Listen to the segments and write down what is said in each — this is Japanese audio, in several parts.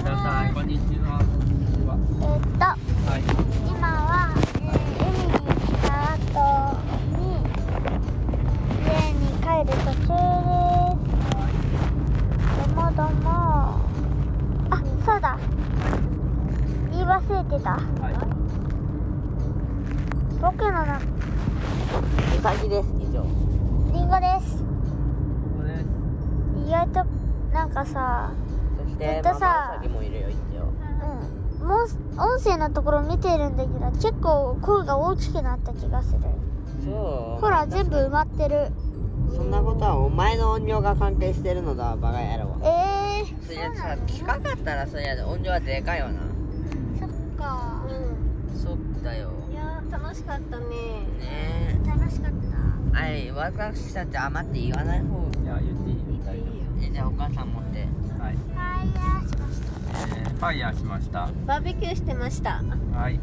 んにちは。こんにちは。えーっとはい。今は、えー海に来た後に家に帰る途中ですどもどもあそうだ言い忘れてたはい。僕のなうさぎです以上リンゴですここです。意外となんかさそしずてっママとウさサギもいるよ一応うんもう音声のところ見てるんだけど結構声が大きくなった気がするそうほら全部埋まってるそんなことはお前の音量が関係してるのだバカ野郎えー、そりゃさ近かったらそりゃ音量はでかいよなそっかそうだよいやー楽しかったねね楽しかったなえあい私たち余って言わない方いや、言っていいよ。大丈えじゃあお母さん持って夫。はい。ファイヤーしましたえー、ファイヤーしました。バーベキューしてましたはい。はい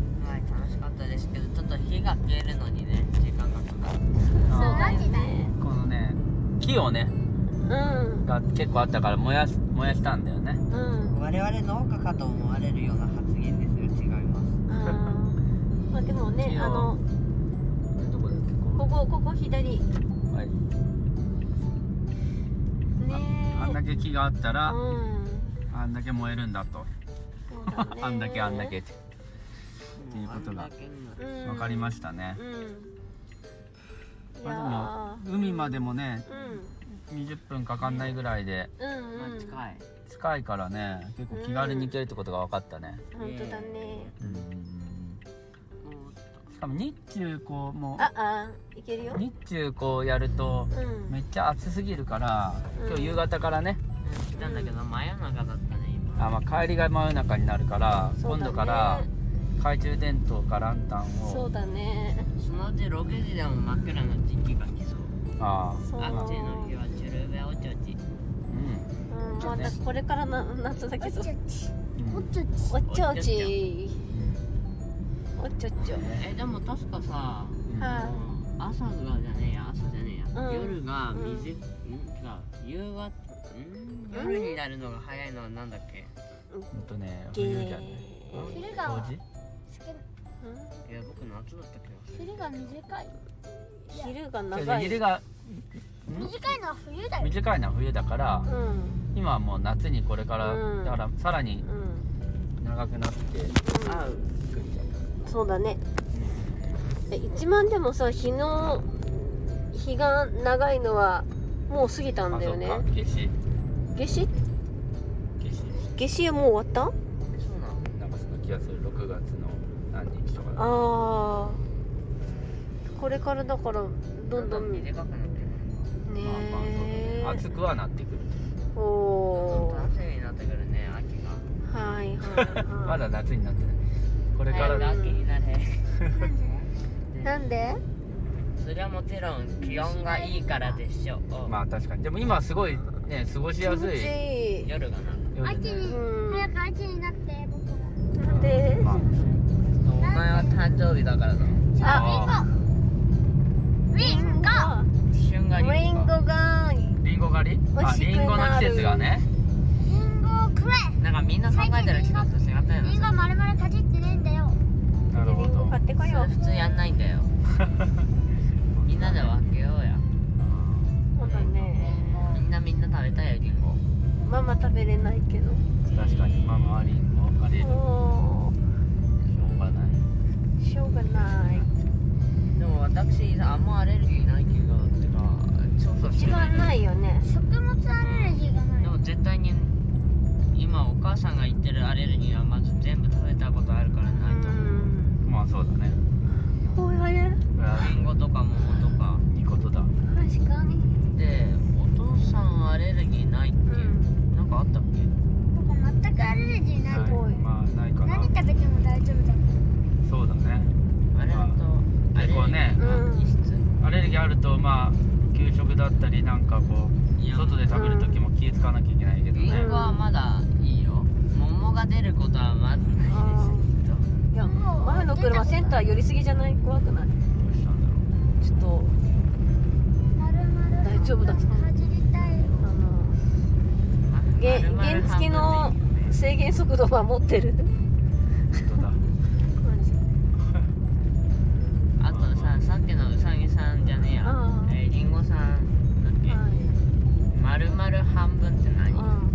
楽しかったですけどちょっと火が消えるのにね時間がかかるあ何時だよーこのね、木をね、うんが結構あったから燃やし燃やしたんだよね。うん我々農家かと思われるような発言ですよ違いますあーまあでもいいねよあのどこだっけ？こここここ左ねこはい。あんだえけ木があったら、うんあんだけ燃えるんだと。そうだねあんだけあんだけって。ていうことがうんわかりましたね。うんいやまあーでも海までもね、うん20分かかんないぐらいでうんうん近い近いからね、結構気軽に行けるってことが分かったね。本当だねうんしかも日中こうもああーいけるよう日中こうやるとうんめっちゃ暑すぎるからうん今日夕方からね、来たんだけど真夜中だったね今あまあ帰りが真夜中になるから、そう今だね度から懐中電灯かランタンそをうだねそのうち6時でも真っ暗な時期が来そうああそうあっちの日はチュルベオチョチうんうんまたこれからな夏だけどうんおっちょっちおっちょおちおっちょっちょえでも確かさうんは朝がじゃねえや朝じゃねえや、うん夜がうん20、んが夕方ん夜になるのが早いのはなんだっけほんとねい冬じゃないー昼が5時いや僕夏だったけど昼が短い昼そがうそう長い昼が短いのは冬だよ短いのは冬だからうん今はもう夏にこれからうんだからさらにうん長くなってあうそうだねえ一万でもさ日の日が長いのはもう過ぎたんだよねあそうか夏至夏至夏至夏至はもう終わそっうななのんかその気がする6月の何日とかだたあーこれからだからどんどんね短くなってくまるあまあそうだね暑くはなってくるおのお楽しみになってくるね秋がーはいはいはいまだ夏になってないこれか早らく秋になれなんでそれはもちろん気温がいいからでしょう、まあ確かにでも今すごいね過ごしやすいい夜がな夜秋ねに早く秋になって僕がなんでまあお前は誕生日だからだあリンゴリンゴ旬がリンゴがリンゴ狩り美あ味しリくなるンゴの季節がねリンゴをくれなんかみんな考えてる人と違ったよリンゴなは丸々かじってねえんだよなるリほンどゴ買ってこよそうれ普通やんないんだよみんなで分けようやそうだねみんなみんな食べたいよリンゴママ食べれないけど確かにママはリンゴ狩りしょおーうがないしょうがないでも私あんまアレルギーないけどてか調査し一て番ないないよね食物アレルギーがないでも絶対に今お母さんが言ってるアレルギーはまず全部食べたことあるからうないと思うんまあそうだねこう言われるこれはリンゴとか桃とかいいことだ確かにでお父さんアレルギーないってういう、んなんかあったっけ僕全くアレルギーないないまあないかな何食べても大丈夫だそうだねあれだと結構ねアレアレルルギーがギーあるとまあ給食だったりなんかこ異質う外で食べる時も気ぃつかなきゃいけないけどリねンゴはまだいいよ桃が出ることはまずないですけどいやもう前の車センター寄りすぎじゃない怖くないどうしたんだろうちょっと丸々大丈夫だかじりたいあのげ原付の制限速度は持ってる当だあとささっきのうさぎさんじゃねえやうんえーりんごさんだっけ、まるまる半分って何、うん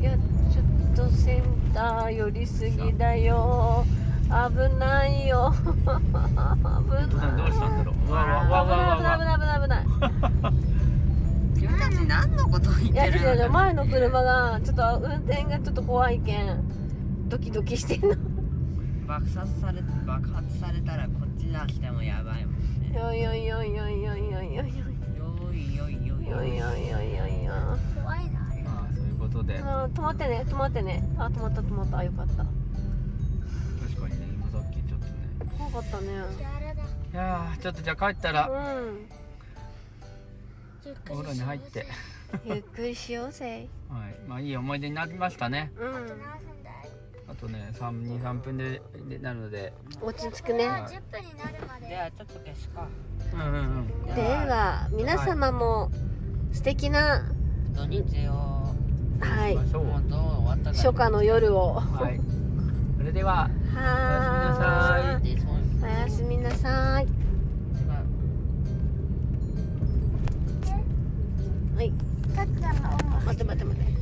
いやちょっとセンター寄りすぎだよ危ないよ危どないうしたんだろうううわわううわわうわううわ危ない危ない危ない危ない君たち何のことを言っいやて違るう違うの前の車がちょっと運転がちょっと怖いけんドキドキしてんの爆発され爆発されたらこっち出してもやばいもんねよいよいよいよいよいよいよいよいよいよいよいよよいいよいよいよいよ怖いなあれまあそういうことであ止まってね止まってねあ止まった止まったあよかった確かにね今さっきちょっとね怖かったねキャラだいやーちょっとじゃあ帰ったらうんゆっくお風り呂に入ってゆっくりしようぜはいまあいい思い出になりましたねうあとん何分だいあとね323分ででなるので落ち着くねこれは10分になるまでではちょっと消すかうんうんうんでは皆様も素敵な土日をはいそうしましょうもうどう終わったか初夏の夜をははいそれではーでそうおやすみなさいはいさっきの音楽待って待って待って